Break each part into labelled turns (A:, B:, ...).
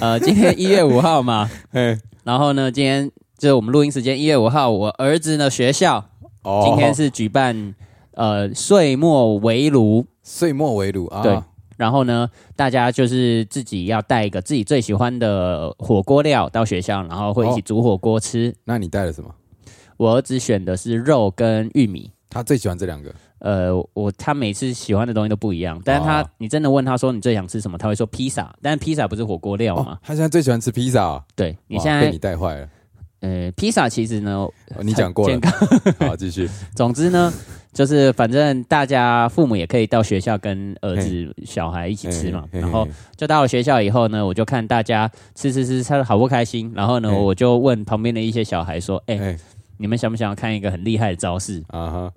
A: 呃，今天一月五号嘛，
B: 嘿，
A: 然后呢，今天就是我们录音时间一月五号，我儿子呢学校
B: 哦
A: 今天是举办呃岁末围炉，
B: 岁末围炉啊，
A: 对然后呢，大家就是自己要带一个自己最喜欢的火锅料到学校，然后会一起煮火锅吃。
B: 那你带了什么？
A: 我儿子选的是肉跟玉米。
B: 他最喜欢这两个
A: 呃，我他每次喜欢的东西都不一样，但是他、
B: 哦
A: 你真的问他说你最想吃什么，他会说披萨，但披萨不是火锅料嘛？
B: 哦，他现在最喜欢吃披萨啊。
A: 对你
B: 哇
A: 现
B: 被
A: 在
B: 你带坏了，
A: 呃，披萨其实呢，
B: 哦你讲过了
A: 健，康。
B: 好，继续。
A: 总之呢，就是反正大家父母也可以到学校跟儿子小孩一起吃嘛。
B: 嘿
A: 然后
B: 嘿嘿
A: 就到了学校以后呢，我就看大家吃吃吃吃的好不开心。然后呢，
B: 嘿
A: 我就问旁边的一些小孩说：“哎、
B: 哎
A: 你们想不想要看一个很厉害的招式
B: 啊哈，？”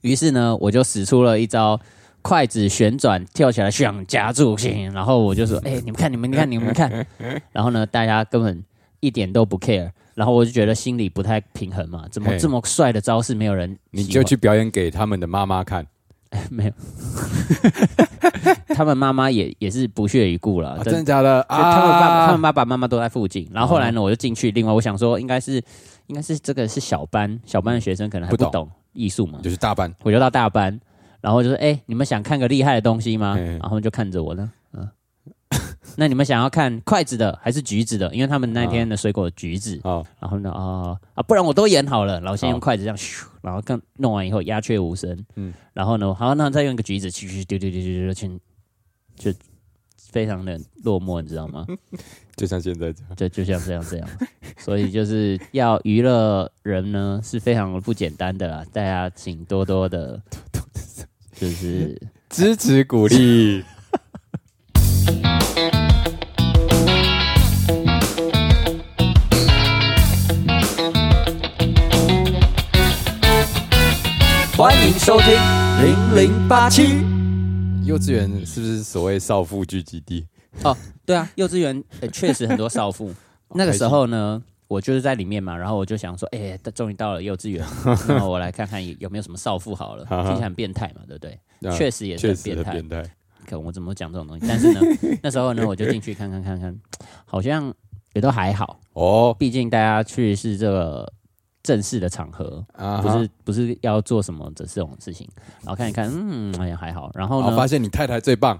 A: 于是呢，我就使出了一招。筷子旋转跳起来，想夹住行，然后我就说：“哎、你们看，你们看，你们看。”然后呢，大家根本一点都不 care，然后我就觉得心里不太平衡嘛，怎么
B: 嘿
A: 这么帅的招式没有人喜欢？
B: 你就去表演给他们的妈妈看
A: 没有，他们妈妈也也是不屑一顾了，
B: 啊，
A: 真
B: 真的假的
A: 就他们爸、他
B: 啊哦
A: 们？爸爸妈妈都在附近。然后后来呢，我就进去，另外我想说，应该是应该是这个是小班，小班的学生可能还
B: 不
A: 不
B: 懂
A: 懂艺术嘛
B: 你，就是大班，
A: 我就到大班，然后就说，哎、你们想看个厉害的东西吗？
B: 嗯
A: 然后他们就看着我呢，嗯。 那你们想要看筷子的还是橘子的？因为他
B: 啊
A: 们那天的水果橘子，
B: 哦
A: 然后呢，啊、啊，不然我都演好了，然后先用
B: 好
A: 筷子这样咻，然后更弄完以后鸦雀无声，
B: 嗯
A: 嗯，然后呢，好，那再用一个橘子去去丢丢丢丢丢去，就非常的落寞，你知道 吗？
B: 就像现在这样，
A: 就就像这样这样，所以就是要娱乐人呢是非常不简单的啦，大家请多 多的，就是
B: 支持鼓励。
A: 欢迎收听
B: 零零八七。幼稚园是不是所谓少妇聚集地？
A: 哦，对啊，幼稚 园呃确、实很多少妇。
B: 哦
A: 那个时候呢，我就是在里面嘛，然后我就想说，哎、终于到了幼稚 园，那么我来看看有没有什么少妇好了，
B: 哈哈
A: 听起来很变态嘛，对不对？
B: 啊
A: 确实也是
B: 确
A: 很
B: 实
A: 变
B: 很
A: 态。
B: 变态。
A: 可我怎么讲这种东西？但 是呢，那时候呢，我就进去看看看看，好像也都还好，
B: 哦，
A: 毕竟大家去是这个正式的场合。
B: 啊
A: 不
B: 哈
A: 是不是要做什么的这种事情，然后看一看，嗯，好像还好。然后
B: 好，
A: 呢，
B: 哦发现你太太最棒。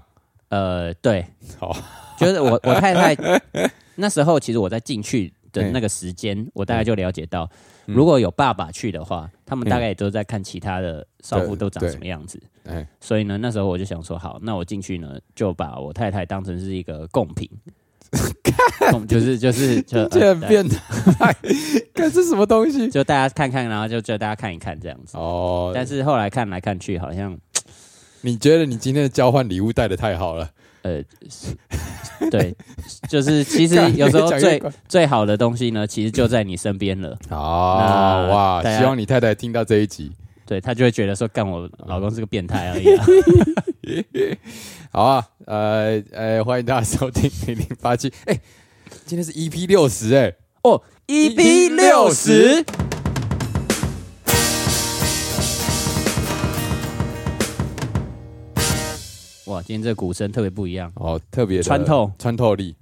A: 呃，对，
B: 好，
A: 就是我我太太 那时候，其实我在进去的那个时间，我大概就了解到，
B: 嗯
A: 如果有爸爸去的话，他们
B: 嗯
A: 大概也都在看其他的少妇
B: 对
A: 都长什么样子。
B: 哎，
A: 所以呢，那时候我就想说，好，那我进去呢，就把我太太当成是一个贡 品，贡就是就是就
B: 这很
A: 呃
B: 变态， 看是什么东西？
A: 就大家看看，然后就就大家看一看这样子。
B: 哦，
A: 但是后来看来看去，好像
B: 你觉得你今天的交换礼物带的太好了？
A: 呃， 是对，就是其实有时候
B: 干越讲越
A: 最
B: 怪
A: 最好的东西呢，其实就在你身边了。
B: 好
A: 那
B: 哦哇，
A: 大家
B: 希望你太太听到这一集。
A: 对他就会觉得说，干我老公是个变态而已、啊。
B: 好啊，呃呃，欢迎大家收听零零八七。 哎，今天是 EP 六十哎，
A: 哦，EP 六十，哇，今天这鼓声特别不一样。
B: 哦，特别的
A: 穿透
B: 穿透力，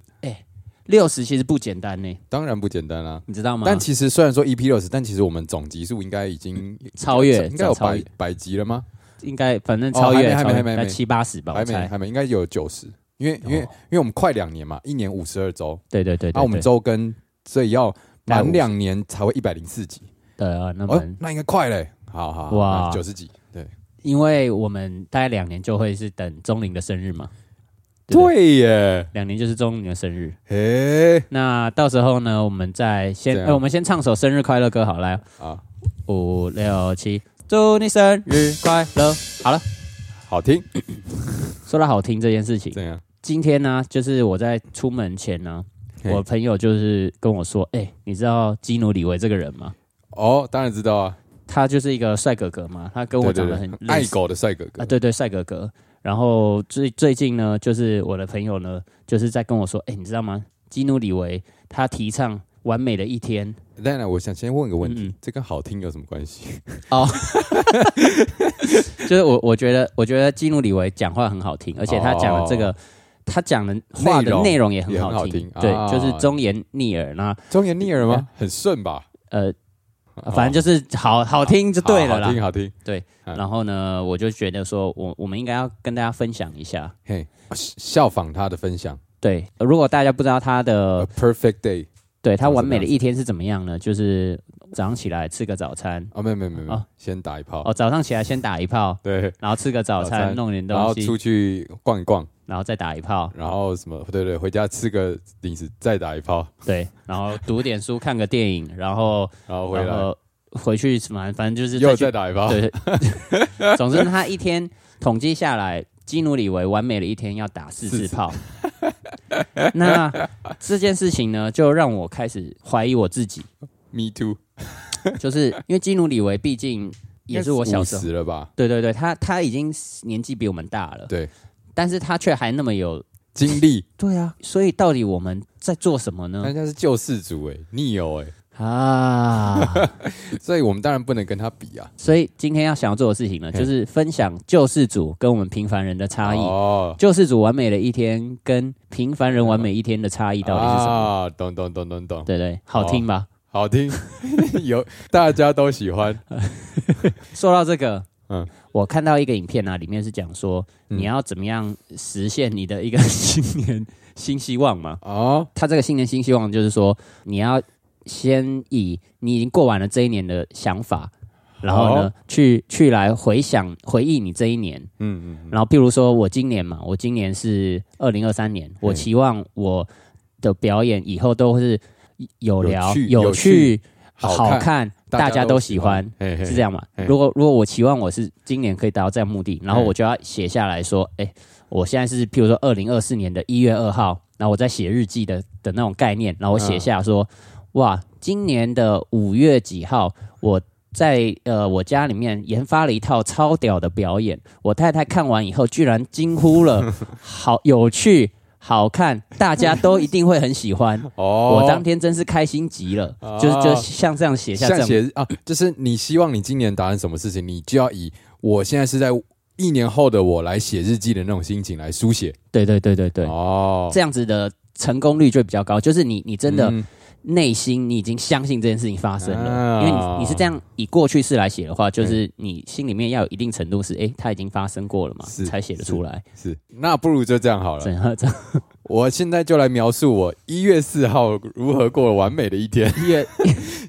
A: 六十其实不简单呢，
B: 当然不简单啦、
A: 你知道吗？
B: 但其实虽然说 EP 六十，但其实我们总集数应该已经
A: 超越
B: 应该
A: 早
B: 有
A: 超
B: 百
A: 越
B: 百集了吗？
A: 应该反正
B: 哦
A: 超越，
B: 还
A: 超
B: 没
A: 越
B: 还
A: 大
B: 没还没还
A: 概
B: 没
A: 七八十吧，我
B: 还没
A: 猜。
B: 还没，应该有九十，因为因为、
A: 哦
B: 因为我们快两年嘛，一年五十二周，
A: 对对对对
B: 啊，我们
A: 对
B: 周更，所以要
A: 大概
B: 满
A: 50
B: 两年才会一百零四集，
A: 对啊，那
B: 哦
A: 么，
B: 那应该快嘞，好好哇
A: 哇
B: 九十集，对
A: 因为我们大概两年就会是等钟灵的生日嘛，对不对
B: 对耶，
A: 两年就是钟灵的生日。
B: 诶
A: 那到时候呢，我们再先
B: 这，样
A: 呃我们先唱首生日快乐歌好了，来
B: 啊，
A: 五六七，祝你生日快乐。好了，
B: 好听，
A: 说到好听这件事情，
B: 怎样？
A: 今天呢、就是我在出门前呢、
B: 嘿
A: 我朋友就是跟我说，哎、你知道基努里维这个人吗？
B: 哦，当然知道啊，
A: 他就是一个帅哥哥嘛，他跟
B: 对
A: 我
B: 对
A: 长得
B: 对，
A: 很类
B: 爱
A: 似
B: 狗的帅哥哥
A: 啊，对对，帅哥哥。然后最最近呢，就是我的朋友呢，就是在跟我说，哎、你知道吗？基努里维他提倡完美的一天，
B: 当然，我想先问个问
A: 嗯
B: 题
A: 嗯，
B: 这跟好听有什么关系？
A: 就是我我觉得我觉得基努里维讲话很好听，而且他讲的这个他讲的话
B: 哦内
A: 的
B: 容
A: 内容也很
B: 也很
A: 好
B: 好
A: 听
B: 听，
A: 对，
B: 啊
A: 就是忠言逆耳，那
B: 忠言逆 耳吗？很顺吧？
A: 呃，反正就是好好听就对了
B: 哦好好
A: 啦。
B: 听好听。嗯
A: 然后呢，我就觉得说我我们应该要跟大家分享一下。
B: 嘿，效仿他的分享
A: 对，呃如果大家不知道他的
B: ，A Perfect Day
A: 对他
B: 长什么
A: 完美的
B: 样子
A: 一天是怎么样呢？就是早上起来吃个早餐，
B: 啊，没有没有没有没有
A: 啊，
B: 先打一炮
A: 哦，，早上起来先打一炮，
B: 对，
A: 然后吃个早
B: 早
A: 餐，
B: 餐
A: 弄点
B: 然
A: 东
B: 后
A: 西，
B: 出去逛一逛，
A: 然后再打一炮，
B: 然后什么？对对，回家吃个零食，再打一炮，
A: 对，然后读点书，看个电影，然后
B: 然后 回
A: 然
B: 来
A: 后回去什么，反正就是
B: 又
A: 去
B: 再打一炮，
A: 对， 总之他一天统计下来，基努里维完美的一天要打四次炮。 那这件事情呢，就让我开始怀疑我自己，
B: ，Me too，
A: 就是因为基努里维毕竟也是我小时候，
B: 50了吧？
A: 对对对，他他已经年纪比我们大了，
B: 对，
A: 但是他却还那么有，
B: 经历，
A: 对啊，所以到底我们在做什么呢
B: 人？家是救世主哎，逆友哎，
A: 啊，
B: 所以我们当然不能跟他比啊，
A: 所以今天要想要做的事情呢，
B: 嘿
A: 就是分享救世主跟我们平凡人的差异。
B: 哦，
A: 救世主完美的一天跟平凡人完美一天的差异到底是什么？
B: 啊，哦懂懂懂懂懂，
A: 对对，好听吧？
B: 好听， 有大家都喜欢，
A: 说到这个，嗯
B: 嗯，
A: 我看到一个影片啊，里面是讲说
B: 嗯
A: 你要怎么样实现你的一个 新年新希望嘛。
B: 哦，
A: 他这个新年新希望就是说，你要先以你已经过完了这一年的想法，然后
B: 哦
A: 呢，去去来回想回忆你这一年，
B: 嗯嗯嗯，
A: 然后，譬如说我今年嘛，我今年是二零二三年，我期望我的表演以后都是有聊、
B: 有趣
A: 有
B: 有趣好看
A: 好看，大家都喜欢，，
B: 嘿嘿
A: 是这样嘛
B: 嘿？
A: 如果如果我期望我是今年可以达到这样目的，然后
B: 嘿
A: 我就要写下来说，哎、我现在是譬如说二零二四年的一月二号，然后我在写日记的的那种概念，然后我写下说，
B: 嗯
A: 哇，今年的五月几号我。在呃，我家里面研发了一套超屌的表演，我太太看完以后居然惊呼 了，好有趣，好看，大家都一定会很喜欢。
B: 哦，
A: 我当天真是开心极了，就是就
B: 哦
A: 像这样写下这
B: 像
A: 样
B: 写啊，就是你希望你今年达成什么事情，你就要以我现在是在一年后的我来写日记的那种心情来书写。
A: 对对对对对，
B: 哦，
A: 这样子的成功率就会比较高。就是你你真的
B: 嗯
A: 内心你已经相信这件事情发生了，
B: 啊
A: 因为你你是这样以过去式来写的话，就是你心里面要有一定程度是，诶，它已经发生过了嘛，
B: 是
A: 才写得出来。
B: 是，那不如就这样好
A: 怎
B: 了。
A: 样？ 怎样
B: 我现在就来描述我一月四号如何过完美的一天，
A: 一月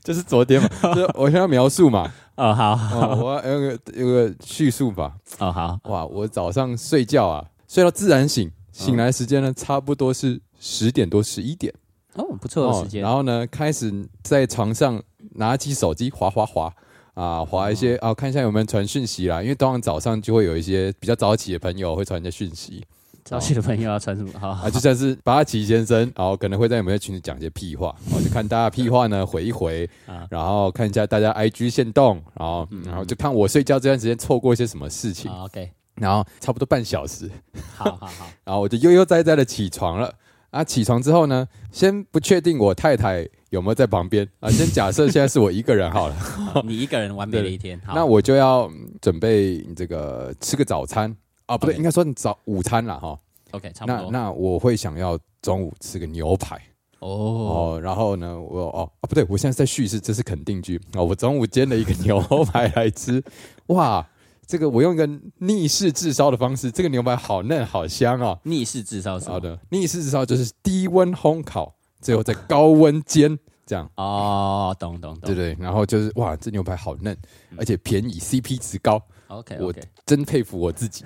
B: 就是昨天嘛，就是我现在描述嘛，
A: 哦好
B: 哦、我要有个有个叙述法。
A: 哦好
B: 哇，我早上睡觉啊，睡到自然醒，醒来时间呢差不多是十点多十一点。
A: 哦不错的时间
B: 然，后呢，开始在床上拿起手机滑滑滑啊，滑一些、啊，看一下有没有传讯息啦。因为通常早上就会有一些比较早起的朋友会传一些讯息
A: 早起的朋友要穿什么？好
B: 啊，就像是八旗先生，然后可能会在有没有群里讲一些屁话，然后就看大家屁话呢回一回
A: 啊，
B: 然后看一下大家 IG 线动，然后然后就看我睡觉这段时间错过一些什么事情，
A: 好 OK，
B: 然后差不多半小时，
A: 好好好，
B: 然后我就悠悠哉哉的起床了。啊，起床之后呢，先不确定我太太有没有在旁边啊，先假设现在是我一个人好了，
A: 好你一个人完美的一天， 好
B: 那我就要嗯准备这个吃个早餐啊，不对
A: OK
B: 应该说你早午餐啦哈。
A: OK 差不
B: 那
A: 多
B: 那我会想要中午吃个牛排
A: 哦
B: 哦，然后呢，我哦啊不对，我现在是在叙事，这是肯定句哦，我中午煎了一个牛排来吃，哇，这个我用一个逆势炙烧的方式，这个牛排好嫩好香哦。
A: 逆势至少是
B: 好的，逆式至少就是低温烘烤，最后再高温煎，这样
A: 哦懂懂
B: 对
A: 懂
B: 不对？然后就是哇，这牛排好嫩，而且便宜，CP 值高，
A: ，OK
B: 我
A: OK
B: 真佩服我自己。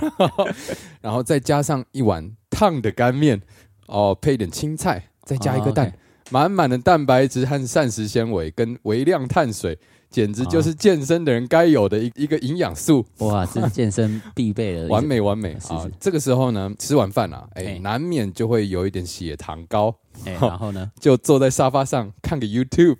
B: 然后再加上一碗烫的干面，哦，配一点青菜，再加一
A: 哦
B: 个蛋
A: ，OK，
B: 满满的蛋白质和膳食纤维跟微量碳水，简直就是健身的人该有的一一个营养素。
A: 哇，这是健身必备的一种
B: 完美完美
A: 是
B: 啊
A: 是！
B: 这个时候呢，吃完饭啊，
A: 嘿
B: 哎，难免就会有一点血糖高，
A: 哎，然后呢？
B: 就坐在沙发上看个 YouTube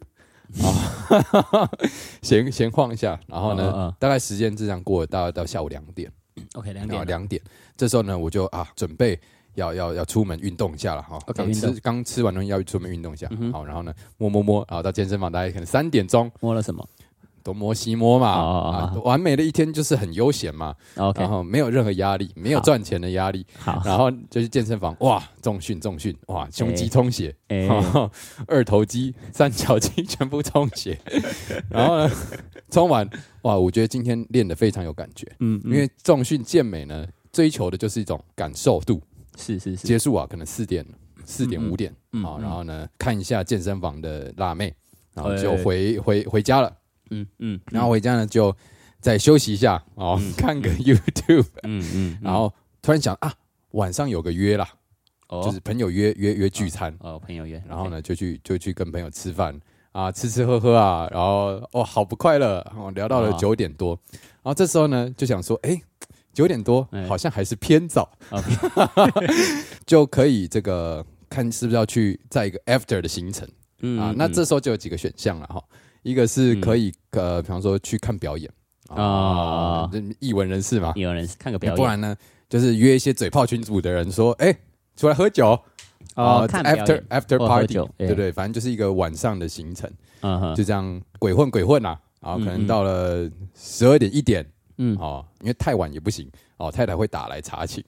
B: 啊， 闲闲晃一下，然后呢，
A: 嗯嗯嗯
B: 大概时间就这样过了，大概到下午两点，
A: OK，两
B: 然后
A: 点了。
B: 哦两点，这时候呢，我就啊准备要要要出门运动一下了哈，
A: OK，
B: 刚
A: 运
B: 吃
A: 动
B: 刚吃完东西要出门运动一下哦
A: 嗯哼，
B: 啊好，然后呢摸摸摸，然后到健身房大概可能三点钟，
A: 摸了什么？
B: 东摸西摸嘛，
A: 哦哦
B: 啊
A: 哦，
B: 完美的一天就是很悠闲嘛，
A: OK，
B: 然后没有任何压力，没有
A: 好
B: 赚钱的压力，
A: 好，
B: 然后就去健身房，哇，重训重训，哇，胸肌充血，
A: 哎
B: 然后 二头肌、三角肌全部充 血，然后呢，充完，哇，我觉得今天练得非常有感觉，
A: 嗯，
B: 因为重训健美呢，追求的就是一种感受度，
A: 是是是，
B: 结束啊，可能四点、四点、五点
A: 嗯
B: 啊，
A: 嗯
B: 然后呢，看一下健身房的辣妹，然后
A: 哎
B: 就回回回家了，
A: 嗯嗯，
B: 然后回家呢就再休息一下哦，看个 YouTube，
A: 嗯嗯，
B: 然后突然想啊，晚上有个约啦，
A: 哦
B: 就是朋友约约约聚餐，
A: 哦朋友约，
B: 然后
A: OK，
B: 呢就去就去跟朋友吃饭啊，吃吃喝喝啊，然后哦好不快乐，哦聊到了
A: 啊
B: 九点多，然后这时候呢就想说，哎，九点多
A: 哎
B: 好像还是偏早，
A: OK，
B: 就可以这个看是不是要去在一个 after 的行程
A: 嗯
B: 啊，那这时候就有几个选项了哈，一个是可以呃，比方说去看表演啊
A: 啊，
B: 这艺文人士嘛，
A: 有人看个表演，
B: 不然呢就是约一些嘴炮群组的人说，哎，出来喝酒。
A: 哦
B: 啊
A: 看表
B: after
A: 演，
B: after
A: 或喝
B: party，
A: 酒
B: 对
A: 对
B: 不对，反正就是一个晚上的行程，
A: 嗯哼，
B: 就这样鬼混鬼混啦、然后可
A: 嗯
B: 能
A: 嗯
B: 到了十二点一点
A: 嗯，
B: 哦，因为太晚也不行哦，太太会打来查寝，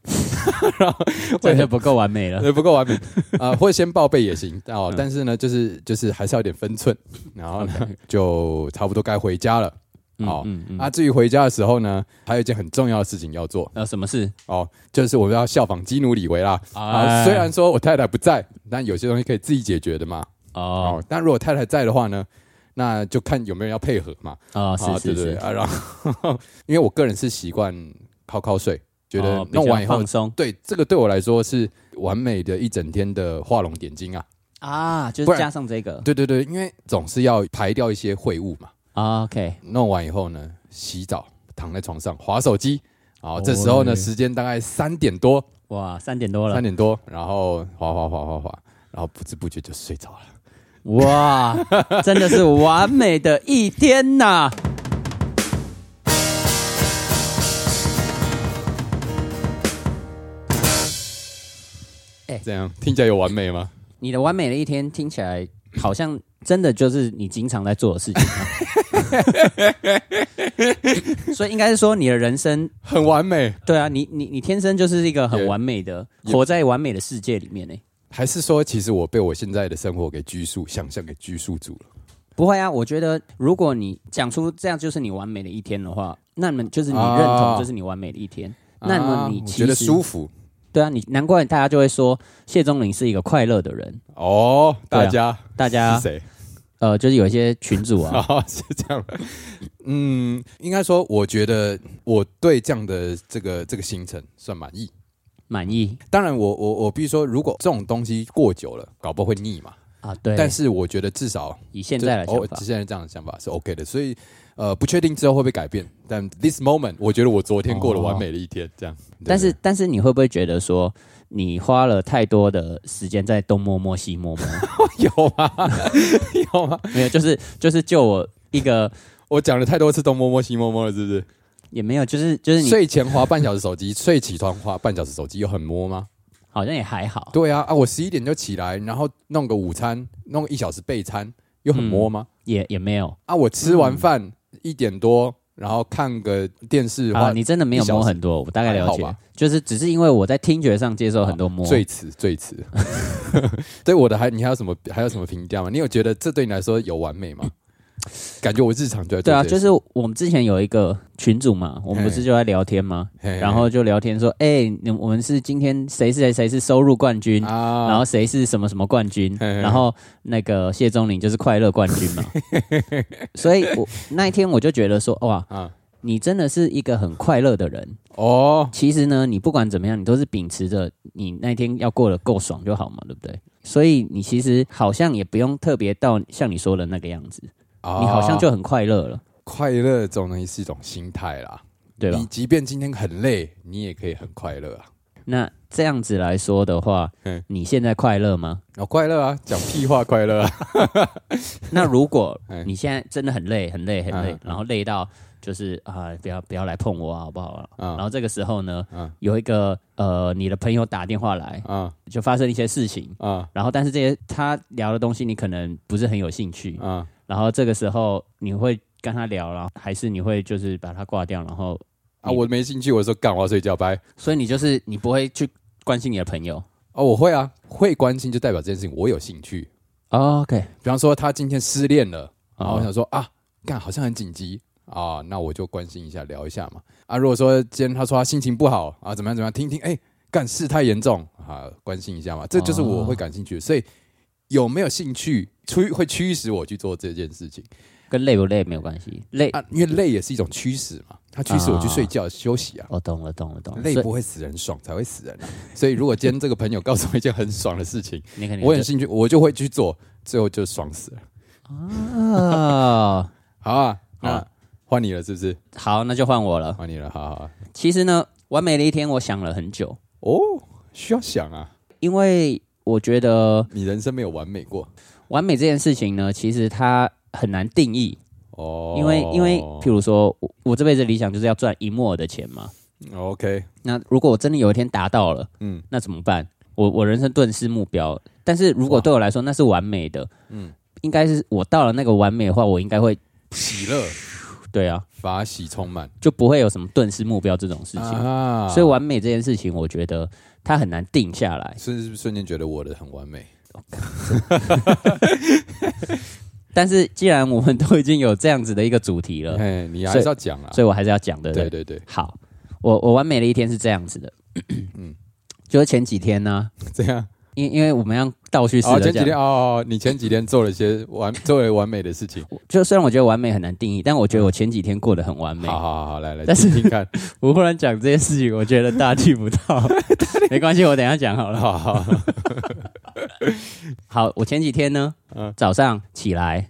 A: 这就不够完美了，
B: 呃不够完美啊、 或者先报备也行哦
A: 嗯。
B: 但是呢，就是就是还是要有点分寸，然后呢就差不多该回家了。哦
A: 嗯嗯
B: 啊，至于回家的时候呢，还有一件很重要的事情要做
A: 呃，什么事
B: 哦，就是我们要效仿基努里维啦。啊，
A: 哎
B: 虽然说我太太不在，但有些东西可以自己解决的嘛。
A: 哦
B: 哦，但如果太太在的话呢，那就看有没有人要配合嘛。
A: 哦
B: 啊，
A: 是
B: 对
A: 是
B: 对对
A: 是，
B: 啊，然后因为我个人是习惯靠靠睡，觉得
A: 哦比
B: 弄
A: 较
B: 完以后，
A: 放松
B: 对这个对我来说是完美的一整天的画龙点睛啊。
A: 啊，就
B: 不
A: 是
B: 然
A: 加上这个
B: 对对对，因为总是要排掉一些会务嘛。
A: 啊，OK，
B: 弄完以后呢，洗澡，躺在床上划手机。哦，这时候呢，
A: 哦
B: 时间大概三点多，
A: 哇，三点多
B: 三
A: 了，
B: 点多，然后滑滑滑滑滑，然后不知不觉就睡着了。
A: 哇，真的是完美的一天呐！
B: 这样听起来有完美吗？
A: 你的完美的一天听起来好像真的就是你经常在做的事 情啊，所以应该是说你的人生，
B: 很完美，
A: 对啊，你你你天生就是一个很
B: 也
A: 完美的，
B: 也
A: 活在完美的世界里面欸呢、
B: 还是说，其实我被我现在的生活给拘束，想象给拘束住了？
A: 不会啊，我觉得如果你讲出这样就是你完美的一天的话，那么就是你认同
B: 啊
A: 就是你完美的一天，那么你
B: 啊我
A: 其实
B: 觉得舒服
A: 对啊，你难怪大家就会说谢宗林是一个快乐的人，
B: 哦？
A: 对啊
B: 大家，
A: 大家
B: 是谁？
A: 呃就是有一些群主 啊，
B: 哦，是这样。嗯，应该说，我觉得我对这样的这个这个行程算满意。
A: 满意
B: 当然我，我我必须说，如果这种东西过久了，搞不好会腻嘛。
A: 啊，对，
B: 但是我觉得至少
A: 以现在来
B: 就
A: 想
B: 哦
A: 法，
B: 现在这样的想法是 OK 的。所以，呃，不确定之后会不会改变，但 this moment，我觉得我昨天过了完美的一天，这样。对
A: 哦但是，但是你会不会觉得说，你花了太多的时间在东摸摸西 摸摸？
B: 有吗？ 有吗？
A: 没有，就是就是就我一个
B: 我讲了太多次东摸摸西摸摸了，是不是？
A: 也没有，就是就是你
B: 睡前滑半小时手机， 睡起床滑半小时手机，有很摸吗？
A: 好像也还好，
B: 对啊，啊，我十一点就起来，然后弄个午餐，弄一小时备餐，有很摸吗？
A: 也也没有
B: 啊，我吃完饭一、点多，然后看个电视
A: 啊，
B: 话，
A: 你真的没有
B: 一小
A: 摸
B: 时
A: 很多，我大概了
B: 还好
A: 解
B: 吧，
A: 就是只是因为我在听觉上接受很多摸，
B: 最迟最迟。 对我的还你还有什么还有什么评价吗？你有觉得这对你来说有完美 吗？感觉我日常就在做
A: 对啊，就
B: 这件事
A: 是我们之前有一个群组嘛，我们不是就在聊天吗？
B: 嘿嘿
A: 然后就聊天说，哎、你我们是今天谁是谁谁是收入冠军，
B: 啊，
A: 然后谁是什么什么冠军，
B: 嘿嘿嘿
A: 然后那个谢宗林就是快乐冠军 嘛。所以我那一天我就觉得说，哇，
B: 啊
A: 你真的是一个很快乐的人。
B: 哦，
A: 其实呢，你不管怎么样，你都是秉持着你那一天要过得够爽就好嘛，对不对？所以你其实好像也不用特别到像你说的那个样子，你
B: 你
A: 好像就很快乐了，
B: 啊快乐总能是一种心态啦。
A: 对吧
B: 你？即便今天很累，你也可以很快乐啊。
A: 那这样子来说的话
B: 嗯，
A: 你现在快乐吗？
B: 哦，快乐啊，讲屁话快乐 啊。
A: 那如果
B: 哎
A: 你现在真的很累、很累、很累，
B: 嗯
A: 然后累到就是啊、不要不要来碰我啊，好不好啊？
B: 嗯
A: 然后这个时候呢，
B: 嗯
A: 有一个呃，你的朋友打电话来，
B: 啊
A: 就发生一些事情，
B: 啊
A: 然后但是这些他聊的东西你可能不是很有兴趣，
B: 啊！
A: 然后这个时候你会跟他聊，然后还是你会就是把它挂掉，然后
B: 啊，我没兴趣，我说干，我要睡觉，拜。
A: 所以你就是你不会去关心你的朋友。
B: 哦，我会啊，会关心就代表这件事情我有兴趣。哦
A: OK，
B: 比方说他今天失恋了，然后我
A: 哦
B: 想说啊，干好像很紧急啊，那我就关心一下，聊一下嘛。啊，如果说今天他说他心情不好啊，怎么样怎么样，听一听，哎、干事态严重啊，关心一下嘛，这就是我
A: 啊
B: 会感兴趣的。所以有没有兴趣，驱会驱使我去做这件事情
A: 跟累不累没有关系，累、
B: 啊，因为累也是一种驱使嘛，它驱使我去睡觉、休息啊。
A: 我哦懂了，懂了，懂了。
B: 累
A: 所以
B: 不会死人，爽才会死人、啊。所以如果今天这个朋友告诉我一件很爽的 事情，
A: 你肯定
B: 我很兴趣，我就会去做，最后就爽死了。
A: 啊。
B: 好啊，
A: 好啊
B: 那换你了是不是？
A: 好，那就换我了。
B: 换你了，好好好
A: 其实呢，完美的一天，我想了很久，
B: 哦，需要想啊，
A: 因为我觉得
B: 你人生没有完美过
A: 完美这件事情呢，其实它很难定义，
B: 哦，
A: 因为因为譬如说我我这辈子理想就是要赚一木耳的钱嘛。
B: OK，
A: 那如果我真的有一天达到了，
B: 嗯
A: 那怎么办？我我人生顿失目标，但是如果
B: 哇
A: 对我来说那是完美的，
B: 嗯，
A: 应该是我到了那个完美的话，我应该会
B: 喜乐
A: 对啊，
B: 法喜充满
A: 就不会有什么顿失目标这种事情。
B: 啊
A: 所以完美这件事情，我觉得它很难定下来。
B: 瞬瞬间觉得我的很完美，
A: 但是既然我们都已经有这样子的一个主题 了，
B: 哎，你还
A: 所以
B: 是要讲啦，
A: 所以我还是要讲，对不对？
B: 对对对，
A: 好，我我完美的一天是这样子 的，嗯，就是前几天呢、
B: 这样。
A: 因因为我们要倒叙式
B: 哦，
A: 的
B: 前几
A: 讲，
B: 天哦，你前几天做了些完 作为完美的事情，
A: 就虽然我觉得完美很难定义，但我觉得我前几天过得很完美。
B: 好好好好，来来
A: 但是
B: 听听看，
A: 我忽然讲这件事情，我觉得大逆不道，没关系，我等一下讲好了。
B: 好好好
A: 好，我前几天呢，早上起来，
B: 嗯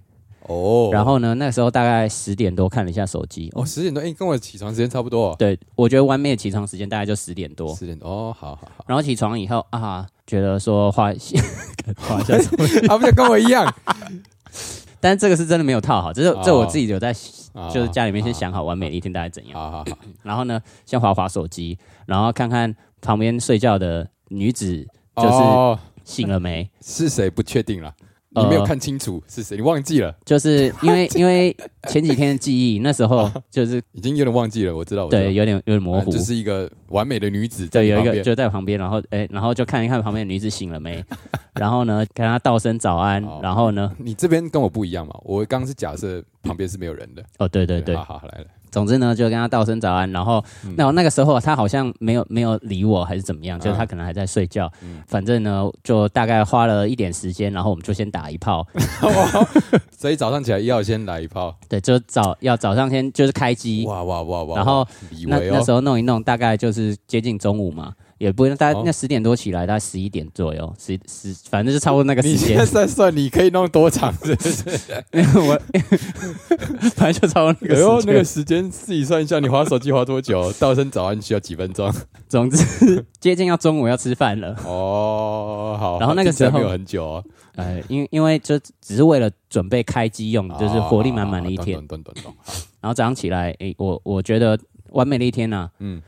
B: 哦，
A: 然后呢，那时候大概十点多看了一下手机，
B: 哦，十点多，哎，跟我起床时间差不多哦，
A: 对我觉得完美的起床时间大概就十点多，
B: 十点多，哦，好好好，
A: 然后起床以后啊，觉得说画 画一下手机，
B: 啊，不就跟我一样，
A: 但这个是真的没有套好，这
B: 哦
A: 是这我自己有在
B: 啊
A: 就是家里面先，想好完美的一天大概怎样，
B: 好啊好好，
A: 然后呢，先划划手机，然后看看旁边睡觉的女子就是
B: 哦
A: 醒了没，
B: 是谁不确定了，
A: 呃
B: 你没有看清楚是谁，你忘记了，
A: 就是因 为因为前几天的记忆，那时候就是
B: 已经有点忘记了，我知道，我知道
A: 对，有点有点模糊
B: 反正，啊就是一个完美的女子在
A: 对，
B: 你
A: 有一
B: 旁
A: 个
B: 边，
A: 就在旁边，然后哎，然后就看一看旁边的女子醒了 没，然后呢跟她道声早安
B: 哦，
A: 然后呢，
B: 你这边跟我不一样嘛，我刚刚是假设旁边是没有人的，
A: 哦对对对
B: 好，好好来来，
A: 总之呢，就跟他道声早安，然后
B: 嗯
A: 那我那个时候啊他好像没有没有理我，还是怎么样，就是
B: 啊
A: 他可能还在睡觉。
B: 嗯
A: 反正呢，就大概花了一点时间，然后我们就先打一 炮，
B: 所以早上起来要先来一炮，
A: 对，就早要早上先就是开机，
B: 哇哇哇哇，
A: 然后
B: 以
A: 那
B: 为
A: 那时
B: 哦，
A: 候弄一弄，大概就是接近中午嘛，也不大概
B: 哦
A: 那十点多起来，大概十一点左右，十十反正就差不多那个时
B: 你现
A: 间
B: 在，在算你可以弄 多长是不是？
A: 我 反正就差不多那
B: 哎呦
A: 个，时
B: 那
A: 间。
B: 个时间自己算一下，你划手机划多久？道声早安需要几 分钟？
A: 总之 接近要中午要吃饭 了，
B: 哦，好。
A: 然后那个
B: 听起来
A: 时候
B: 没有很久哦，
A: 呃，因因为就只是为了准备开机用，嗯就是活力满满的一天。
B: 哦啊懂懂懂懂。懂
A: 然后早上起来，诶、我我觉得完美的一天呢、
B: 嗯，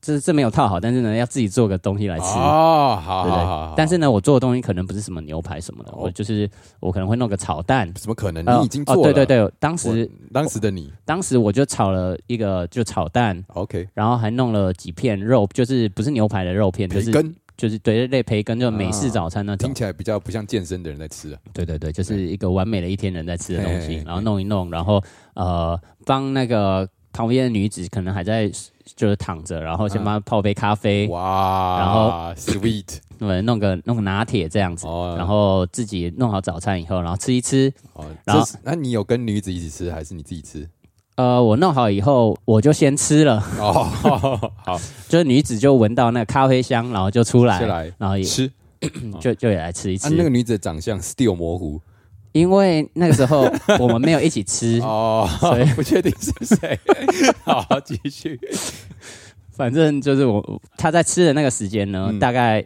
A: 这这没有套好，但是呢，要自己做个东西来吃，
B: 哦，好
A: 对不对？
B: 好好好。
A: 但是呢，我做的东西可能不是什么牛排什么的，
B: 哦
A: 我就是我可能会弄个炒蛋。
B: 怎么可能？
A: 呃
B: 你已经做了。
A: 哦，对对对，当时
B: 我当时的你
A: 当时我就炒了一个就炒蛋，
B: ，OK，
A: 然后还弄了几片肉，就是不是牛排的肉片，就
B: 培
A: 是
B: 根
A: 就是对类培根，就美式
B: 啊
A: 早餐那种
B: 听。起来比较不像健身的人在吃啊。
A: 对对对，就是一个完美的一天人在吃的东
B: 嘿
A: 西
B: 嘿，嘿
A: 然后弄一弄，然后呃，帮那个旁边的女子可能还在就是躺着，然后先帮她泡杯咖啡，
B: 哇，
A: 然后
B: sweet
A: 呃，弄个弄个拿铁这样子，
B: 哦
A: 然后自己弄好早餐以后，然后吃一吃。
B: 哦，
A: 然后
B: 这是那你有跟女子一起吃还是你自己吃？
A: 呃，我弄好以后，我就先吃了，
B: 哦，好，
A: 就是女子就闻到那个咖啡香，然后就出来，
B: 先来
A: 然后也
B: 吃。
A: 就就也来吃一吃。
B: 啊，那个女子的长相 still 模糊
A: 因为那个时候我们没有一起 吃，
B: 哦
A: 所以，
B: 不确定是 谁。好，继续。
A: 反正就是我他在吃的那个时间呢，
B: 嗯
A: 大概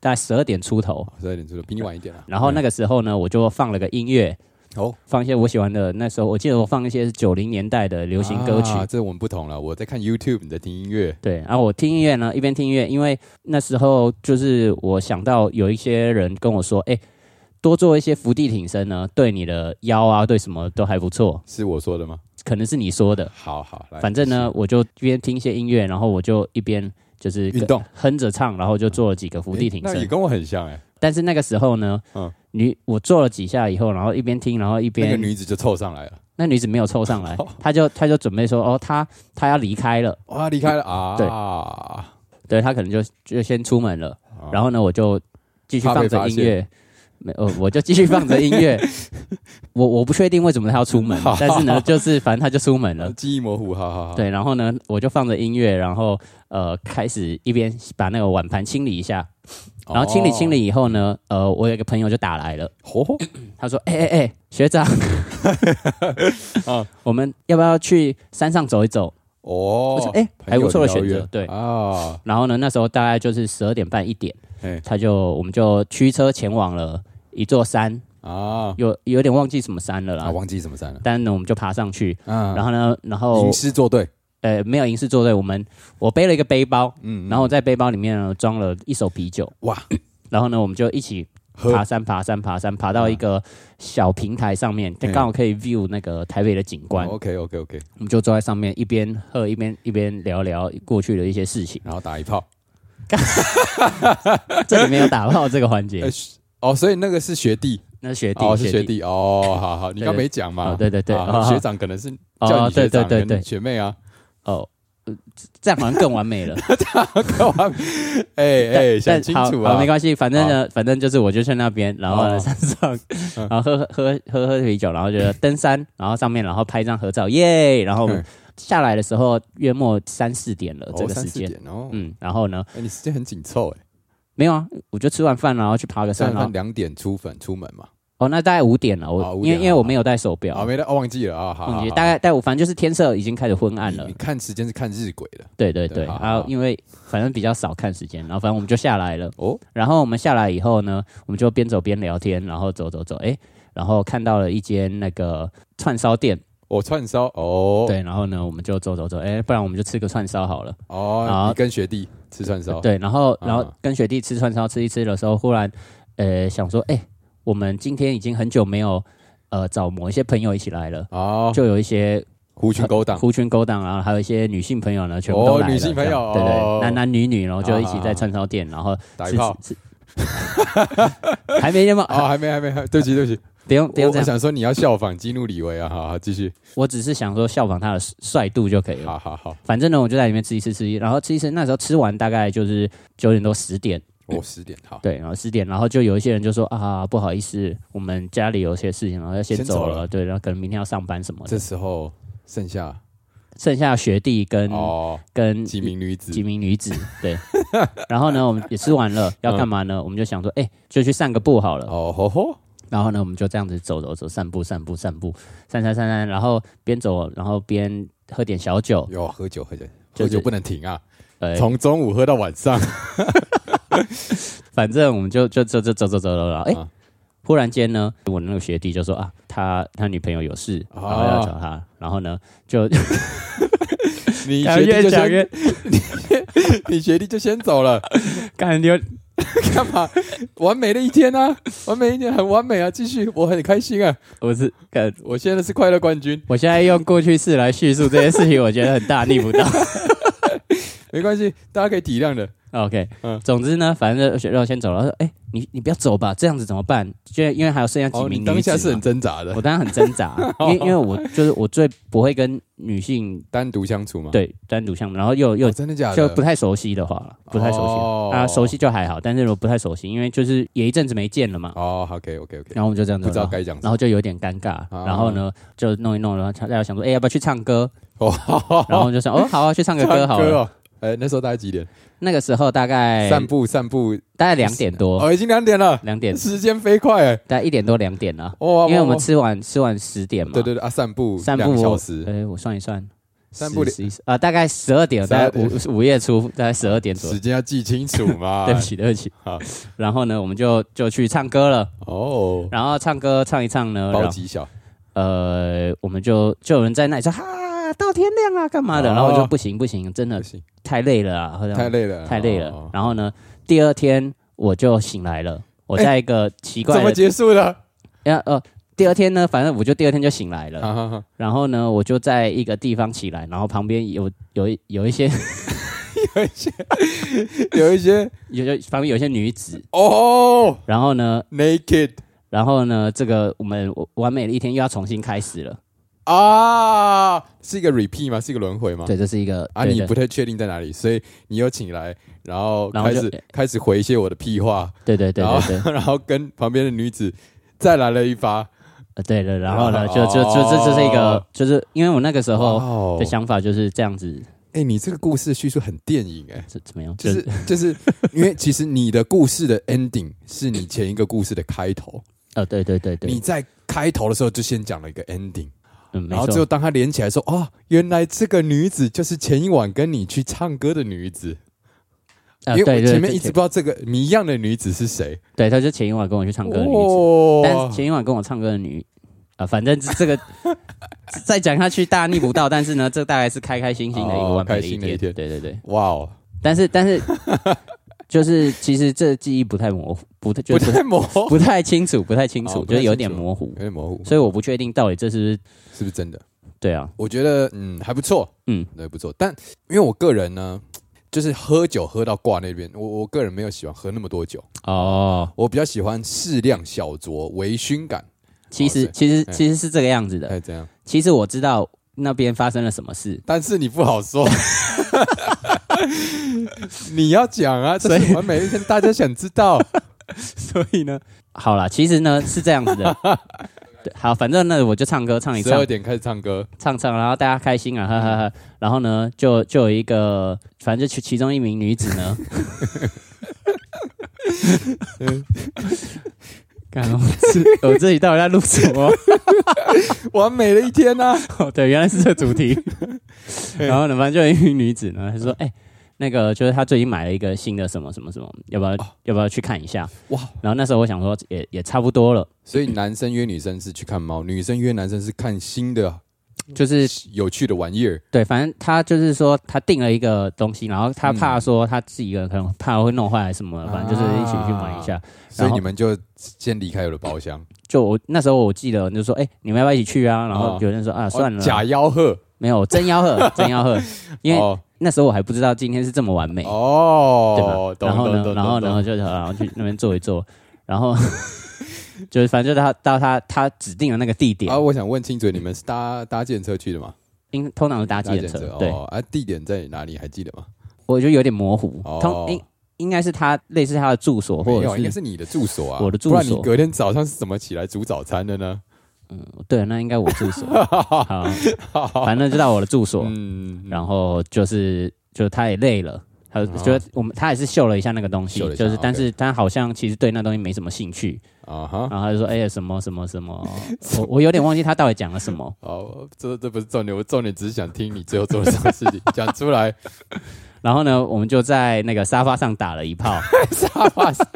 A: 大概十二点出头。
B: 十二点出头，比你晚一点啊。
A: 然后那个时候呢，我就放了个音乐，
B: 哦，
A: 放一些我喜欢的。那时候我记得我放一些九零年代的流行歌曲，
B: 啊这我们不同了。我在看 YouTube，你在听音乐。
A: 对。然后我听音乐呢，一边听音乐，因为那时候就是我想到有一些人跟我说，哎，多做一些伏地挺身呢，对你的腰啊，对什么都还不错。
B: 是我说的吗？
A: 可能是你说的，
B: 好好，来
A: 反正呢，我就一边听一些音乐，然后我就一边就是
B: 运动
A: 哼着唱，然后就做了几个
B: 是，
A: 伏地挺
B: 诶那也
A: 身。
B: 跟我很像哎，
A: 但是那个时候呢，
B: 嗯
A: 女我做了几下以后，然后一边听，然后一
B: 那
A: 边
B: 个女子就凑上来了，
A: 那女子没有凑上
B: 哦
A: 来，她就她就准备说哦，她她要离开了，
B: 哇，离开了啊，啊，
A: 对她可能就就先出门了。
B: 哦
A: 然后呢，我就继续放着音乐，没呃，我就继续放着音 乐。我我不确定为什么他要出门
B: 好，
A: 但是 呢，就是反正他就出门
B: 呃
A: 了。
B: 记忆模糊，好好好，
A: 对，然后呢，我就放着音乐，然后呃，开始一边把那个碗盘清理一下，
B: 哦，
A: 然后清理清理以后呢，呃，我有一个朋友就打来了，
B: 吼，吼
A: 他说：“哎哎哎，学 长， 我们要不要去山上走一走？”我说
B: 哦：“，
A: 哎，还不错的
B: 朋
A: 选
B: 友邀
A: 择
B: 约。”
A: 对，
B: 啊，
A: 然后呢，那时候大概就是十二点半一点，
B: 哎
A: 他就我们就驱车前往了一座山，
B: 啊，
A: 有有点忘记什么山了啦。
B: 啊，忘记什么山了，
A: 但呢，我们就爬上去，
B: 嗯，
A: 然后呢，然后
B: 吟诗作对，
A: 呃没有银饰座位，我们我背了一个背包，
B: 嗯，
A: 然后在背包里面呢装了一手啤酒，
B: 哇，
A: 然后呢我们就一起
B: 喝
A: 爬山爬山爬山，爬到一个小平台上面，
B: 嗯哦
A: 刚好可以 view 那个台北的景观，
B: ，OK OK OK，。
A: 我们就坐在上面一边喝一边一边聊聊过去的一些事情
B: 然后打一炮，
A: 这里面有打炮这个环
B: 哎
A: 节，
B: 哦，所以那个是学弟，
A: 那是学弟
B: 哦，是学
A: 弟。
B: 弟哦，好好，你刚没讲嘛？
A: 哦对对对
B: 啊
A: 哦
B: 学长可能是
A: 哦
B: 叫你
A: 对
B: 学长
A: 对对对
B: 跟学妹啊，
A: 哦，呃这这样好像更完美了。
B: 哎哎，想
A: 但
B: 清
A: 好
B: 楚
A: 好
B: 啊
A: 没，关系，反正呢，反正就是我就去那边，然后呢
B: 哦嗯
A: 山上，然后喝喝喝喝啤酒，然后就登 山，然后上面然后拍一张合照，耶！然后我们
B: 嗯
A: 下来的时候约莫三四点了，这
B: 哦
A: 个
B: 三
A: 时
B: 四
A: 间，
B: 点哦，
A: 嗯，然后呢，
B: 哎，你时间很紧凑哎，
A: 没有啊，我就吃完饭然后去爬个山，
B: 上
A: 然
B: 班
A: 后
B: 两点出粉出门嘛，
A: 哦，那大概五点了，
B: 哦
A: 我
B: 五
A: 因
B: 点
A: 为因为
B: 好
A: 我没有带手
B: 啊，
A: 表。
B: 没了，哦忘记了啊，好，
A: 忘
B: 好
A: 记
B: 好
A: 大概，但我反正就是天色已经开始昏暗
B: 你
A: 了
B: 你，看时间是看日晷的
A: 对对对，
B: 对好
A: 然后
B: 好
A: 因为反正比较少看时间，然后反正我们就下来了，
B: 哦，
A: 然后我们下来以后呢，我们就边走边聊天，然后走走走，哎，然后看到了一间那个串烧店，
B: 我串烧哦，
A: 对，然后呢，我们就走走走，哎，不然我们就吃个串烧好了，
B: 哦，
A: 好
B: 你跟学弟吃串烧，
A: 对，然后然后
B: 哦啊
A: 跟学弟吃串烧吃一吃的时候，忽然呃想说，哎，我们今天已经很久没有呃找某一些朋友一起来了，
B: 哦，
A: 就有一些
B: 狐群狗党，
A: 狐群勾当，然后还有一些女性朋友呢，全部都
B: 哦
A: 来了，
B: 女性朋
A: 这样
B: 友
A: 对
B: 哦
A: 对，男男女女，然后就一起
B: 啊
A: 在串烧店，然后
B: 打
A: 吃
B: 一炮，
A: 吃，吃 还没那么。
B: 哦，还没还没，还对不起对不起，
A: 不用不
B: 我
A: 用这
B: 我
A: 样，
B: 想说你要效仿基努里维啊，好好继续，
A: 我只是想说效仿他的帅度就可以了。
B: 好好好，
A: 反正呢，我就在里面吃一吃吃一，然后吃一吃，那时候吃完大概就是九点多十点，
B: 我十点好。
A: 对，然后十点，然后就有一些人就说啊，不好意思，我们家里有些事情，然后要先
B: 先
A: 走
B: 走
A: 了，
B: 了
A: 对，然后可能明天要上班什么
B: 这
A: 的，
B: 时候剩下
A: 剩下学弟跟、
B: 哦
A: 跟
B: 几名女
A: 嗯
B: 子
A: 几名女子，对，然后呢，我们也吃完 了，
B: 嗯
A: 要干嘛呢？我们就想说，哎、就去散个步好了。
B: 哦吼吼，
A: 然后呢，我们就这样子走走走，散步散步散步，散散散散，然后边走然后边喝点小酒，
B: 哟喝酒喝酒
A: 就是
B: 喝酒不能停啊，
A: 呃，
B: 从中午喝到晚 上，
A: 反正我们就就就就走走走走了。哎、
B: 啊
A: 忽然间呢，我那个学弟就说啊，他他女朋友有事，然
B: 啊
A: 后要找他，然后呢 就
B: 你
A: 干
B: 学弟就
A: 讲
B: 先
A: 越
B: 你学弟就先走 了，
A: 感觉
B: 干嘛？完美的一天啊，完美一天很完美啊，继续，我很开心啊，
A: 我是干，
B: 我现在是快乐冠军，
A: 我现在用过去式来叙述这件事情，我觉得很大逆不 道。
B: 没关系，大家可以体谅的。
A: OK，
B: 嗯
A: 总之呢，反正学弟先走了，他说哎、你你不要走吧，这样子怎么办？就因为还有剩下几
B: 哦，
A: 名
B: 你
A: 女子嘛、
B: 当下是很挣扎的
A: 我，当然很挣扎，啊因 为因为我就是我最不会跟女性
B: 单独相处吗？
A: 对单独项目，然后又又
B: 哦，真的假
A: 就
B: 的？
A: 不太熟悉的话了，不太熟悉、
B: 哦
A: 啊，熟悉就还好，但是如果不太熟悉，因为就是也一阵子没见了嘛，
B: 哦，OK OK OK，
A: 然后我们就这样子，
B: 不知道该讲什
A: 然
B: 么。
A: 后就有点尴尬，
B: 啊
A: 然后呢就弄一弄，然后他大家想说，哎、要不要去唱歌？
B: 哦，
A: 然后我就想，哦，好啊，去唱个歌好
B: 唱歌
A: 了。哎
B: 哦。哎，那时候大概几点？
A: 那个时候大概
B: 散步散步，
A: 大概两点多，
B: 哦，已经两点了，
A: 两点
B: 时间飞快哎。
A: 大概一点多两点了，
B: 哇，哇
A: 因为我
B: 哇
A: 们吃完吃完十点嘛，
B: 对对对啊，散步
A: 散步
B: 两小
A: 我
B: 时，
A: 哎，我算一算，
B: 散步
A: 十十一十啊，大概十二点，大概午午夜出，大概十二点左右
B: 时。间要记清楚嘛。 哎
A: 对不起，对不起
B: 好。
A: 然后呢，我们就就去唱歌了。
B: 哦，
A: 然后唱歌唱一唱呢，然
B: 包
A: 后
B: 几小
A: 呃，我们就就有人在那里说哈，到天亮啊，干嘛的？
B: 哦
A: 然后我就不行不行，真
B: 不
A: 的
B: 行，
A: 太累了啊，好像
B: 太累
A: 嗯
B: 了，
A: 太累了
B: 哦。。
A: 然后呢，第二天我就醒来了，我在一个奇
B: 哎怎
A: 怪
B: 么
A: 的，
B: 结束的？
A: 呀呃，第二天呢，反正我就第二天就醒来了，
B: 啊哈哈哈
A: 然后呢，我就在一个地方起来，然后旁边有有一有一些
B: 有一些
A: 有有旁边有一些女子，
B: 哦
A: 然后呢，
B: ，naked
A: 然后呢，这个我们完美的一天又要重新开始了。
B: 啊，是一个 repeat 吗？是一个轮回吗？
A: 对，这是一个
B: 啊，
A: 对
B: 你
A: 对
B: 不太确定在哪里，所以你又请来，然后
A: 然后
B: 开
A: 就哎
B: 始开始回一些我的屁话，
A: 对对对
B: 然后
A: 对对
B: 然后跟旁边的女子再来了一发，
A: 呃对了，然后呢，
B: 哦
A: 就就就这这是一个，就是因为我那个时候
B: 哦
A: 的想法就是这样子，
B: 哎、你这个故事叙述很电影哎、
A: 怎怎么样？
B: 就
A: 就是
B: 是 就是因为其实你的故事的 ending 是你前一个故事的开头，
A: 呃，对对对
B: 你
A: 对，
B: 在开头的时候就先讲了一个 ending，
A: 嗯，没
B: 然后最后
A: 错，
B: 当他连起来说哦，原来这个女子就是前一晚跟你去唱歌的女子，
A: 呃，
B: 因
A: 对
B: 为
A: 对，
B: 我前
A: 对
B: 面一直不知道这个谜样的女子是谁，
A: 对，他就前一晚跟我去唱歌的女子，但是
B: 哦，
A: 前一晚跟我唱歌的女，啊，反正这个 再讲下去大逆不道，但是呢，这大概是开开心心的一个
B: 哦
A: 完美
B: 开
A: 的一
B: 心的一
A: 天，对
B: 天
A: 对对，
B: 哇哦，
A: 但是但是就是其实这记忆不太模糊，不太就
B: 不
A: 是不太
B: 太模糊，
A: 不太清楚，不太清楚，
B: 哦不太
A: 就是有点
B: 清楚
A: 模糊
B: 有，点模糊，
A: 所以我不确定到底这是不是
B: 是不是真的？
A: 对啊，
B: 我觉得嗯还不错，
A: 嗯，
B: 对不错。但因为我个人呢，就是喝酒喝到挂那边，我我个人没有喜欢喝那么多酒，
A: 哦，
B: 我比较喜欢适量小酌，微醺感。
A: 其实
B: 哦
A: 其实
B: 嗯
A: 其实是这个样子的。
B: 哎，怎样？
A: 其实我知道那边发生了什么 事，
B: 但是你不好说， 你要讲啊，这是完美一天，大家想知 道。
A: 所以呢，好啦，其实呢是这样子 的。对好，反正呢我就唱歌唱一
B: 十
A: 唱
B: 二点开始唱歌，
A: 唱唱，然后大家开心啊，哈哈哈。然后呢，就就有一个，反正就其其中一名女子呢。 干我这我这里到底在录什么？
B: 完美的一天呢、啊。
A: 哦，对，原来是这个主题。然后呢，反正就有一名女子呢，她说：“哎、那个就是她最近买了一个新的什么什么什么，要不要、要不要去看一下？”
B: 哇！
A: 然后那时候我想说也，也差不多了，
B: 所以男生约女生是去看猫，女生约男生是看新的
A: 就是
B: 有趣的玩意儿。
A: 对，反正她就是说她订了一个东西，然后她
B: 嗯
A: 怕说她自己一个人可能怕会弄坏什么，反正就是一起去玩一
B: 啊
A: 下。
B: 所以你们就先离开我的包厢，
A: 就我那时候我记得，就说：“哎、你们要不要一起去啊？”然后
B: 哦
A: 有人说：“啊，算了
B: 哦
A: 啦，
B: 假吆喝，
A: 没有真吆喝，真吆 喝。”因为
B: 哦
A: 那时候我还不知道今天是这么完美。
B: 哦，
A: 对吧？然后呢，然后然后就然后去那边坐一坐，然后 就是反正就他到他他指定的那个地点
B: 啊，，我想问清楚，你们是搭搭建车去的吗？
A: 因通常是搭计程车，对，
B: 哦，啊，地点在哪里？还记得吗？
A: 我就有点模糊，
B: 哦
A: 通应应该是他类似他的住所或
B: 没有，应
A: 者是
B: 该是你的住所啊，
A: 我的住
B: 不然
A: 所
B: 你隔天早上是怎么起来煮早餐的呢？
A: 对，那应该我住 所，好，反正就到我的住所，
B: 嗯，
A: 然后就是就他也累了。他就觉得我们他也是秀了一下那个东西
B: 哦秀了，一下
A: 就是但
B: OK
A: 是他好像其实对那东西没什么兴趣，
B: 啊哈，
A: 然后他就说哎呀什么什么什么，我我有点忘记他到底讲了什么，
B: 好，哦这这不是重点，我重点只是想听你最后做了什么事情，讲出来。
A: 然后呢，我们就在那个沙发上打了一 炮，
B: 沙发上，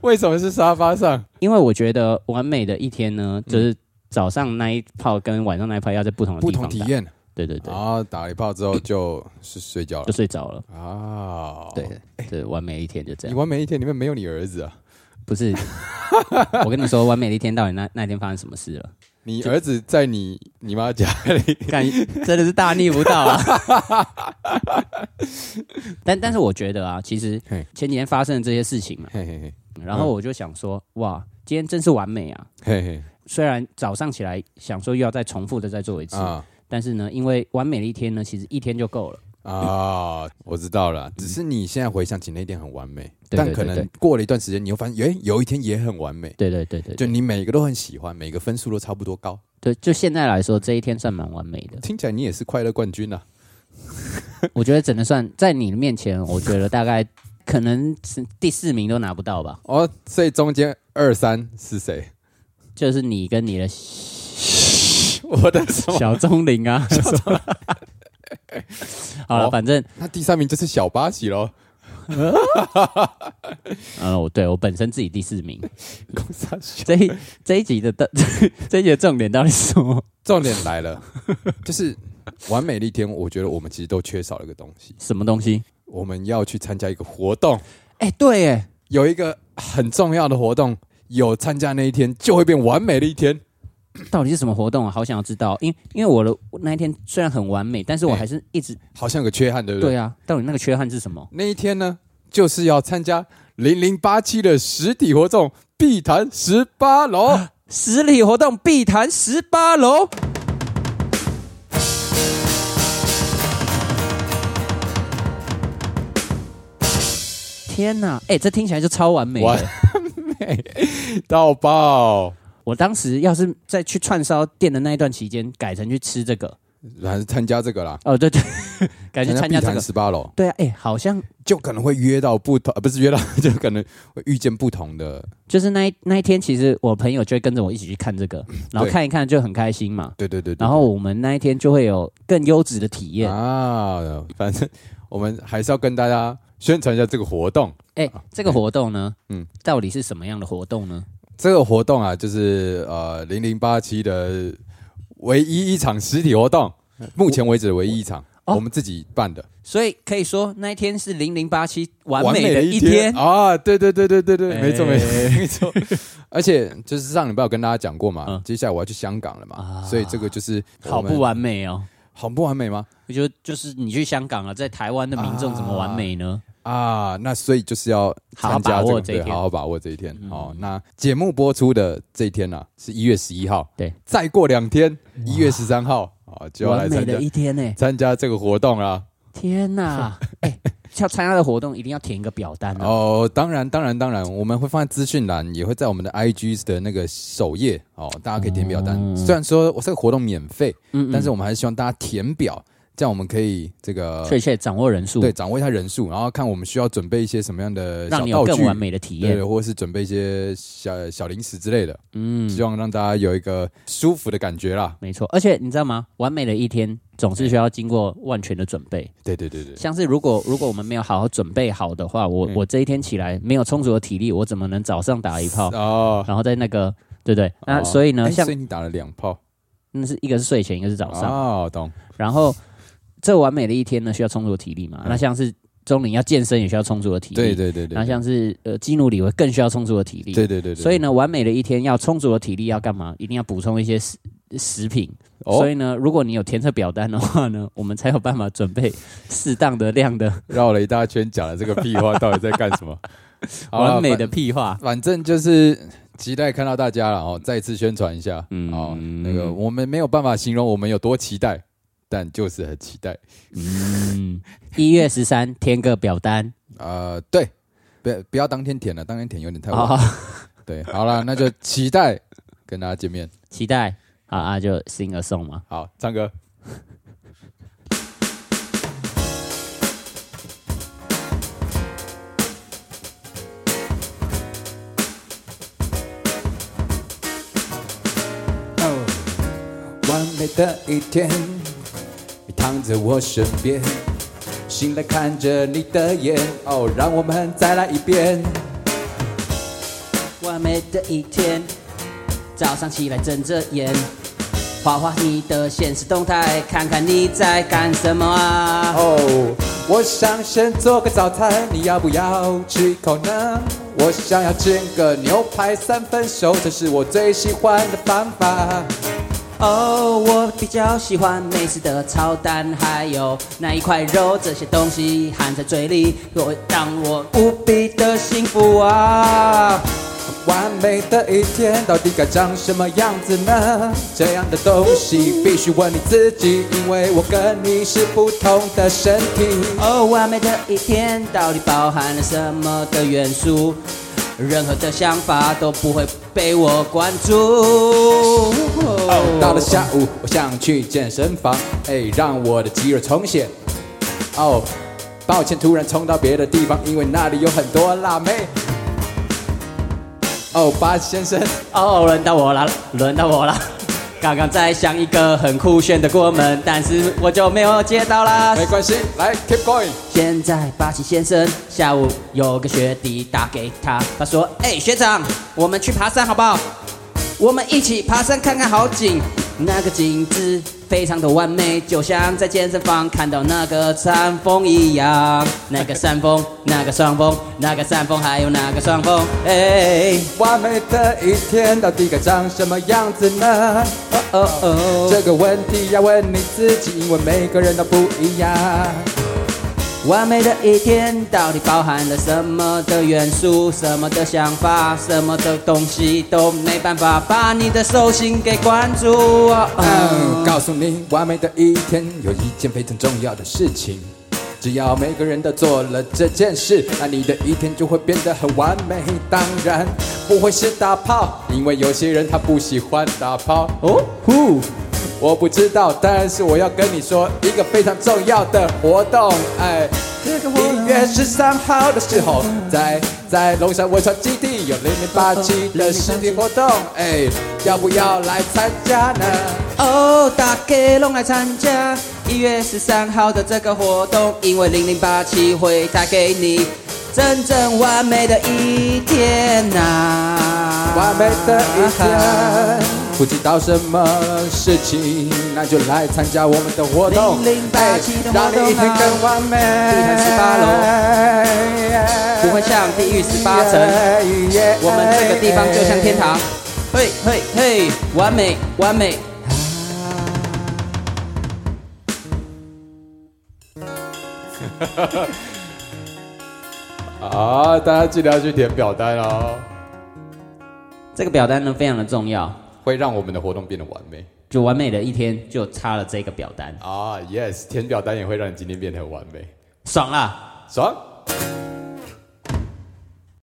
B: 为什么是沙发上？
A: 因为我觉得完美的一天呢，就是早上那一炮跟晚上那一炮要在不同的
B: 嗯不
A: 地方
B: 同
A: 打，
B: 体验，哦
A: 对对对
B: 然，后打了一炮之后就是睡觉
A: 就
B: 了
A: 睡着
B: 哦
A: 了。
B: 啊。
A: 对，对，完美的一天就这
B: 你
A: 样。
B: 完美一天里面没有你儿子啊，
A: 不是， 我跟你说，完美的一天到底那那天发生什么 事了？
B: 你儿子在你你妈家里。
A: 感真的是大逆不道啊！ 但但是我觉得啊，其实
B: 嘿
A: 前几天发生的这些事情嘛，啊
B: 嘿嘿嘿
A: 然后我就想说，哇，今天真是完美啊！
B: 嘿嘿
A: 虽然早上起来想说又要再重复的再做一次，
B: 啊
A: 但是呢，因为完美的一天呢，其实一天就够了。
B: 啊！我知道了，只是你现在回想起那一天很完美，
A: 嗯对
B: 但
A: 对
B: 可
A: 对
B: 能
A: 对
B: 过了一段时间，你又发现，诶，有一天也很完美，
A: 对对对对
B: 就
A: 对
B: 你每个都很喜欢，每个分数都差不多高，。
A: 对，就现在来说，这一天算蛮完美的
B: 听起来你也是快乐冠军啊！
A: 我觉得只能算在你面前，我觉得大概可能是第四名都拿不到吧。
B: 哦，所以中间二三是谁？
A: 就是你跟你的
B: 我的什么？
A: 小钟灵啊。好了，
B: 哦
A: 反正
B: 那第三名就是小巴西喽，
A: 呃，我对我本身自己第四名。
B: 公三小。
A: 这一这一集的 的这一集的重点到底是什么？
B: 重点来 了，就是完美的一天，我觉得我们其实都缺少了一个东西，
A: 什么东西？
B: 我们要去参加一个活动。
A: 哎、对，哎，
B: 有一个很重要的活动，有参加那一天就会变完美的一天。
A: 到底是什么活动啊？好想要知道，因因为我的那一天虽然很完美，但是我
B: 哎
A: 还是一直、
B: 好像有个缺憾，对不对？
A: 对啊，到底那个缺憾是什么？
B: 那一天呢，就是要参加零零八七的实体活动，碧潭十八楼。
A: 啊实体活动必谈十八楼。天呐，哎、这听起来就超完美
B: 完
A: 的。
B: 到爆！
A: 我当时要是在去串烧店的那一段期间，改成去吃这个，
B: 还是参加这个啦，
A: 哦，对对， 改成参
B: 碧
A: 加这
B: 潭
A: 个，
B: 十八楼，
A: 对啊，哎、好像
B: 就可能会约到不同，呃 不是约到，就可能会遇见不同的。
A: 就是那一那一天，其实我朋友就会跟着我一起去看这个，然后看一看就很开心嘛。
B: 对对对对
A: 然后我们那一天就会有更优质的体
B: 对
A: 验。
B: 啊，反正我们还是要跟大家宣传一下这个活动。
A: 哎、这个活动呢，
B: 啊嗯
A: 嗯，到底是什么样的活动呢？
B: 这个活动啊，就是呃零零八七的唯一一场实体活动，目前为止唯一一场，
A: 哦
B: 我们自己办的。
A: 所以可以说那一天是零零八七完
B: 完
A: 美的
B: 一
A: 一天。
B: 啊！对对对对对对，
A: 哎
B: 没错没错没错。而且就是上礼拜有跟大家讲过嘛
A: 嗯，
B: 接下来我要去香港了嘛，
A: 啊
B: 所以这个就是
A: 好
B: 我们
A: 不完美哦！
B: 好不完美吗？
A: 我觉得就是你去香港啊了，在台湾的民众怎么完美呢？
B: 啊，那所以就是要
A: 好好
B: 参加
A: 把
B: 这
A: 握
B: 个，
A: 这一
B: 对，
A: 天嗯
B: 好好把握这一天。哦，那节目播出的这一天呢，是一月十一号，
A: 对，
B: 再过两天，一月十三号啊，就要来
A: 完美
B: 参
A: 的
B: 加
A: 一天呢、哎
B: 参加这个活动啦。
A: 天 哪！哎、要参加的活动一定要填一个表单哦。
B: 哦，当然，当然，当然，我们会放在资讯栏，也会在我们的 IG 的那个首页哦，大家可以填表单。
A: 哦
B: 虽然说我这个活动免费，
A: 嗯
B: 但是我们还是希望大家填表，这样我们可以这个
A: 确切掌握人数，
B: 对掌握一下人数，然后看我们需要准备一些什么样的
A: 让
B: 小
A: 你有
B: 道
A: 更
B: 具，
A: 完美的体
B: 对，
A: 验。
B: 或者是准备一些小小零食之类的，
A: 嗯，
B: 希望让大家有一个舒服的感觉啦。
A: 没错。而且你知道吗？完美的一天总是需要经过万全的准备。
B: 对对对对，嗯
A: 像是如果如果我们没有好好准备好的话，我、我这一天起来没有充足的体力，我怎么能早上打一炮，
B: 哦，
A: 然后在那个对不对？那、
B: 哦
A: 所以呢，
B: 哎
A: 像
B: 所以你打了两炮，
A: 那是一个是睡前，一个是早上，
B: 哦，懂，
A: 然后这完美的一天呢，需要充足的体力嘛？那像是钟林要健身也需要充足的体力，
B: 嗯对对对
A: 那
B: 对，
A: 像是呃基努里维更需要充足的体力，
B: 对对对对，
A: 所以呢，完美的一天要充足的体力要干嘛？一定要补充一些食食品。
B: 哦
A: 所以呢，如果你有填测表单的话呢，我们才有办法准备适当的量的
B: 绕了一大圈，讲了这个屁话，到底在干什 么？好啦
A: 完美的，屁话。
B: 反反正就是期待看到大家了哦。再次宣传一下，
A: 嗯
B: 哦，那个我们没有办法形容我们有多期待，但就是很期待。
A: 嗯， 一月十三填个表单
B: 呃，对，不不要当天填了，当天填有点太晚。
A: 好，
B: 对，好了，那就期待跟大家见面。
A: 期待好啊，就 sing a song 嘛。
B: 好，唱歌。哦完美的一天，你躺在我身边，醒来看着你的眼，哦，让我们再来一遍。
A: 完美的一天，早上起来睁着眼，划划你的现实动态，看看你在干什么啊？
B: 哦，我想先做个早餐，你要不要吃一口呢？我想要煎个牛排三分熟，这是我最喜欢的方法。
A: 哦、我比较喜欢美式的炒蛋，还有那一块肉，这些东西含在嘴里，我让我无比的幸福啊！
B: 完美的一天到底该长什么样子呢？这样的东西必须问你自己，因为我跟你是不同的身体。
A: 哦，完美的一天到底包含了什么的元素？任何的想法都不会被我关注。哦
B: 到了下午，我想去健身房，哎，让我的肌肉充血。哦，抱歉，突然冲到别的地方，因为那里有很多辣妹。哦，八先生，
A: 哦，轮到我了，轮到我了。刚刚在想一个很酷炫的过门，但是我就没有接到啦
B: 没。关系，来 keep going。
A: 现在巴西先生下午有个学弟打给他，他说：“哎、学长，我们去爬山好不好？我们一起爬山看看好景，那个景致非常的完美，就像在健身房看到那个山峰一样。那个山峰，那个双峰，那个山峰，还有那个双峰，哎，
B: 完美的一天到底该长什么样子呢？
A: 哦哦哦。
B: 这个问题要问你自己，因为每个人都不一样。
A: 完美的一天到底包含了什么的元素？什么的想法？什么的东西都没办法把你的手心给关住。哦
B: 嗯，
A: 哦
B: 告诉你，完美的一天有一件非常重要的事情。只要每个人都做了这件事，那你的一天就会变得很完美。当然不会是打炮，因为有些人他不喜欢打炮。
A: 哦呼，
B: 我不知道，但是我要跟你说一个非常重要的活动，哎，
A: 这个活动
B: 一月十三号的时候，在在龙山文创基地有零零八七的实体活动，哎，要不要来参加呢？
A: 哦，大家拢来参加一月十三号的这个活动，因为零零八七会带给你真正完美的一天呐、
B: 完美的一
A: 啊
B: 天，不知道什么事情，那就来参加我们的活动，哎
A: 0087的活动啊
B: 让你一天更完美。
A: 地毯18
B: 楼
A: 不会像地狱十八
B: 哎
A: 层。我们这个地方就像天堂。嘿嘿嘿，完美完美。
B: 啊！大家记得要去填表单哦，
A: 这个表单呢非常的重要，
B: 会让我们的活动变得完美
A: 就完美的一天就差了这个表单，
B: 啊！Yes，填表单也会让你今天变得很完美，
A: 爽啦！
B: 爽！